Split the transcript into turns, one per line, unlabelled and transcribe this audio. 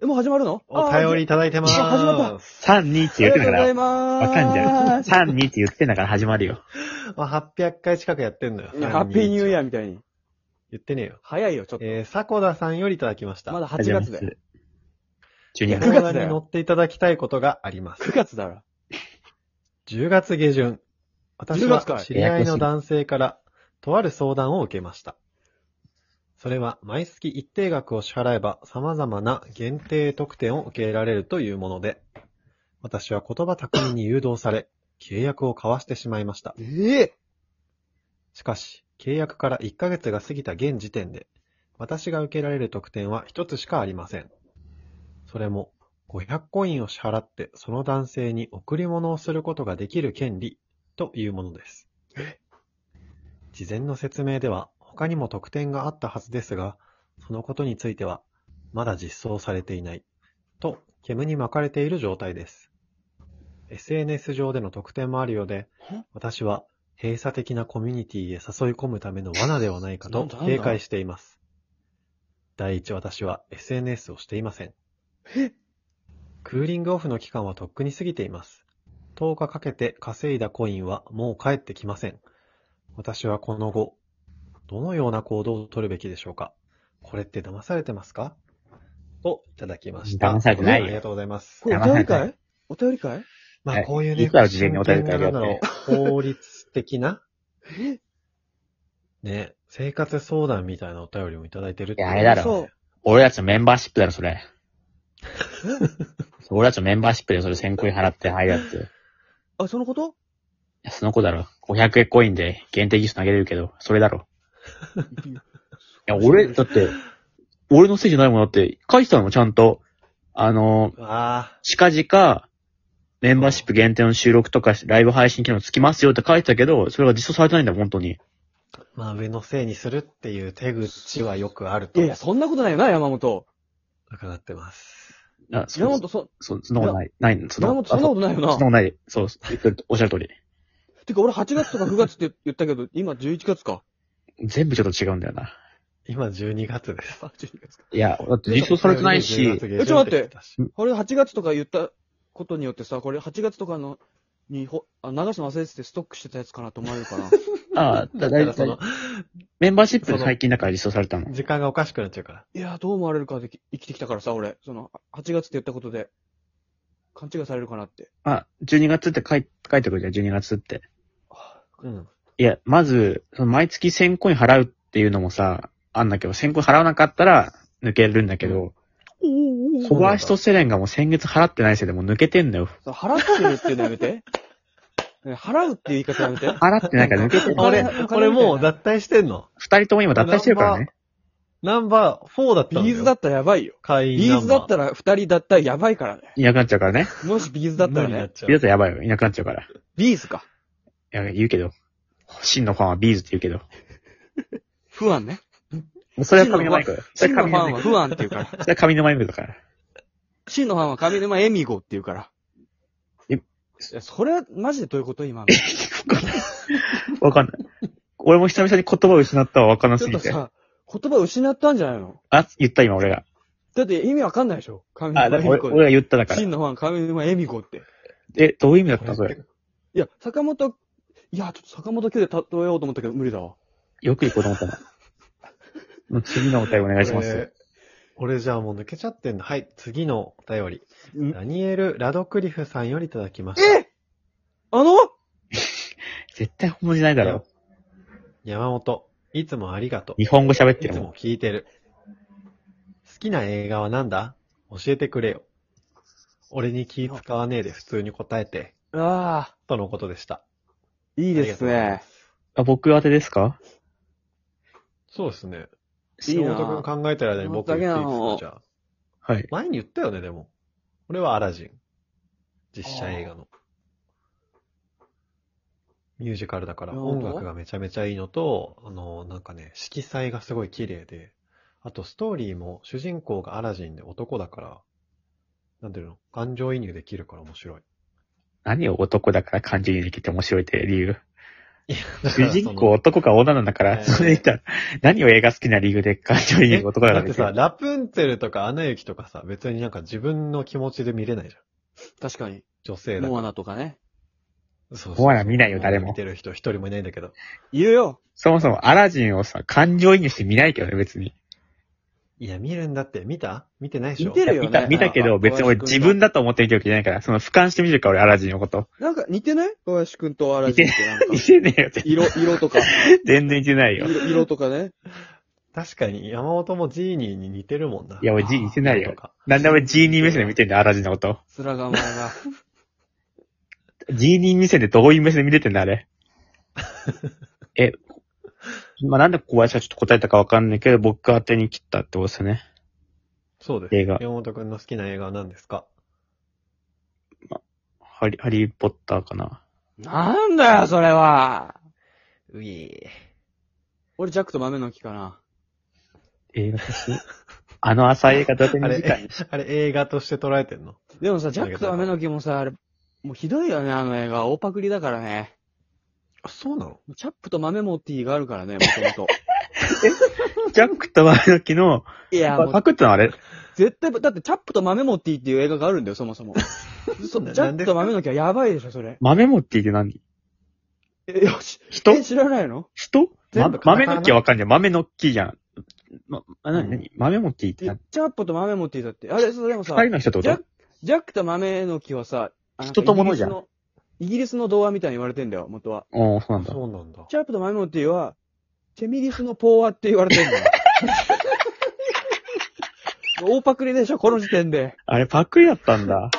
え、もう始まるの
お便りい
り。
ただいてまーす。
あ始まっ
3、2って
あり
言
がとう
ってんだ
ご
か
ざい
ら、
ま
わ
す。
かんじゃん。3、2って言ってんだから始まるよ。
まあ、800回近くやってんのよ。
ハッピーニューイヤ
ー。
ーみたいに。
言ってねえよ。
早いよ、ちょっと。
えー、迫田さんよりいただきました。
まだ8
始ま
月
り
だ
ます
よ。。
12
い
月。
や
迫田に乗っていただきたいことがあります。
9月だろ。
10月下旬。私
10月か
はい知り合いの男性から、とある相談を受けました。それは、毎月一定額を支払えば、様々な限定特典を受け入れられるというもので、私は言葉巧みに誘導され、契約を交わしてしまいました。
ええ
しかし、契約から1ヶ月が過ぎた現時点で、私が受けられる特典は一つしかありません。それも、500コインを支払ってその男性に贈り物をすることができる権利というものです。事前の説明では他にも特典があったはずですが、そのことについてはまだ実装されていないと煙に巻かれている状態です。SNS 上での特典もあるようで
え、
私は閉鎖的なコミュニティへ誘い込むための罠ではないか
な
と
んだなんだ
警戒しています。第一、私は SNS をしていません。クーリングオフの期間はとっくに過ぎています。10日かけて稼いだコインはもう帰ってきません。私はこの後、どのような行動を取るべきでしょうかこれって騙されてますかと、いただきました。
騙されてないよ
ありがとうございます。
これお便り会お便り会
ま
は
あ、
い
こういう
い
ね、
くら事前にお便り会
真剣ななんだ
があ
ろ
っ
う、法律的なね、生活相談みたいなお便りもいただいてるって
いやあれだろ
そう。
俺たちのメンバーシップだろ、それ。そう俺たちのメンバーシップでそれ1000コイン払って、はいだって。い
あ、その こと
やその子だろ。500円コインで限定ギフト投げれるけど、それだろ。いや、俺、だって、俺のせいじゃないもんだって、書いてたのもんちゃんと、あの、
あ
近々、メンバーシップ限定の収録とか、ライブ配信機能つきますよって書いてたけど、それが実装されてないんだよ、本当に。
あ、まあ、上のせいにするっていう手口はよくある
い
と
やいや、そんなことないよな、山本。
伺ってます。
あ、そ
山
う、
本、そ、
そう、そんなことない、ない、そんな
山
こ
本、
と
そんなことないよ
そんなこ
な。
とない。そう、そうおっしゃる通り。
てか、俺8月とか9月って 言ったけど、今11月か。
全部ちょっと違うんだよな。
今12月です。
あ、12月か。
いや、だって実装されてないし、
え
えちょっと待って。これ8月とか言ったことによってさ、これ8月とかの、にほ、あ流すの忘れててストックしてたやつかなと思われるかな。
ああ、だ、だ
だか
い
らその、
メンバーシップで最近だから実装されたの。
時間がおかしくなっちゃうから。
いや、どう思われるかでき生きてきたからさ、俺。その、あ8月って言ったことで、勘違いされるかなって。
あ、12月って書い書いてくるじゃん、12月って。
うん。
いや、まず、その毎月1000コイン払うっていうのもさ、あんだけど、1000コイン払わなかったら抜けるんだけど、
おお
小林とセレンがもう先月払ってないせいでもう抜けてんだよ。
払ってるっていうのやめて。 ね払うっていう言い方や めて。
払ってないから抜けてんだよ。
俺
お金み、たいな
俺もう脱退してんの。
二人とも今脱退してるからね。
ナンバー4だったんだよ。
ビーズだったらやばいよ。
会員
ビーズだったら二人だったらやばいからね。
いなくなっちゃうからね。
もしビーズだったら
無理にな
ね
っ。ちゃ
ビー
う。
ズはやばいよ。いなくなっちゃうから。い
ビーズか。
や、言うけど。真のファンはビーズって言うけど。
不安ね。
もうそれは上沼恵美子だよ。そ
真
れは
のファ
上
ン
沼
は
恵
不安っていうから。
子。それは上沼恵美子だから。
真のファンは上沼恵美子っていうから。
え
いや、それはマジでどういうこと今の。
わかんない。俺も久々に言葉を失ったわ、わかんな
ち
す
ょっ
ぎ
と
て。
さ、言葉失ったんじゃないの
あ、言った今俺が。
だって意味わかんないでしょ上沼
あ、だ
恵
から
美
俺
子
俺が言っただから
真。のファン上沼恵美子って。
え、どういう意味だったのそれ。
いや、坂本、いや、ちょっと坂本九で例えようと思ったけど無理だわ。
よく行こうと思ったな。もう次のお題お願いします。
俺俺じゃあもう抜けちゃってんの。はい、次のお便り。
ん
ダニエル・ラドクリフさんよりいただきました。
えあの
絶対本物じゃないだろ。
山本、いつもありがとう。
日本語喋って
い
る
つ
もん
も。聞いてる。好きな映画はなんだ教えてくれよ。俺に気使わねえで普通に答えて、
ああ、
とのことでした。
いいですね。
あ、僕宛てですか
そうですね。
いいな
山本君考えてる間に僕言っていいですかじゃあ。
はい。
前に言ったよね、でも。俺はアラジン。実写映画の。ミュージカルだから
なるほど
音楽がめちゃめちゃいいのと、あの、なんかね、色彩がすごい綺麗で、あとストーリーも主人公がアラジンで男だから、なんていうの感情移入できるから面白い。
何を男だから感じにできて面白いって理由。主人公男か女なんだか
え
ら、
ー
それ言ったら、何を映画好きな理由で感情移
え
入男だか
だ
ら
ってさ、ラプンツェルとかアナ雪とかさ、別になんか自分の気持ちで見れないじゃん。
確かに。
女性だか
モア
ら。
ナとかね。
そう
モアナ見ないよ誰も
見てる人一人もいないんだけど。
いるよ。
そもそもアラジンをさ、感情移入して見ないけどね、別に。
いや、見るんだって。見た見てないでしょ
見てるよね
見た、見たけど、別に俺自分だと思って見てるわけじゃないから、その俯瞰して見てるから俺アラジンのこと。
なんか似てない小林くんとアラジンってなんか
見。てねえよ、全然
色、色とか。
全然似てないよ
色。色とかね。
確かに、山本もジーニーに似てるもんな。
いや俺ジーニー似てないよ
とか
なんで俺ジーニー目線で見てんだよ、アラジンのこと。
面構えが。
ジーニー目線でどういう目線で見れてんだ、あれ。え、まあ、なんで小林はちょっと答えたかわかんないけど、僕が当てに切ったってことですよね。
そうです。
映画
山本くんの好きな映画は何ですか
ハリ、ハリーポッターかな。
なんだよ、それは。
うえ
俺、ジャックと豆の木かな。
映画として。あの浅い映画だて
あ
2時間
れ、あれ映画として捉えてんの
でもさ、ジャックと豆の木もさ、あれ、もうひどいよね、あの映画。大パクリだからね。
あ、そうなの
チャップと豆モッティがあるからね、もともと。
ジャックとワイの木の、
いや、もう
パクったのあれ
絶対、だってチャップと豆モッティっていう映画があるんだよ、そもそも。そジ
な
ャ
なん
ッ
で
クと豆の木はやばいでしょ、それ。
豆持っていて何
え、よし。
人
え、知らないの
人
全
ま
部カタカナ
豆の木はわかんない。豆の木じゃん。ま、あ、なになに豆持っていいって
え
何、
チャップと豆モッティだって。あれ、そう、でも
二
さ、
人の人ってこ
ジャッ
と
ク、ジャックと豆の木はさ、あなんか
人と物じゃ
イ
ん
ギリスの。イギリスの童話みたいに言われてんだよ、元は。
おー、そうなんだ。
そうなんだ。
チャップと豆モッティは、チェミリスのポーワって言われてんだよ。大パクリでしょ、この時点で。
あれ、パクリだったんだ。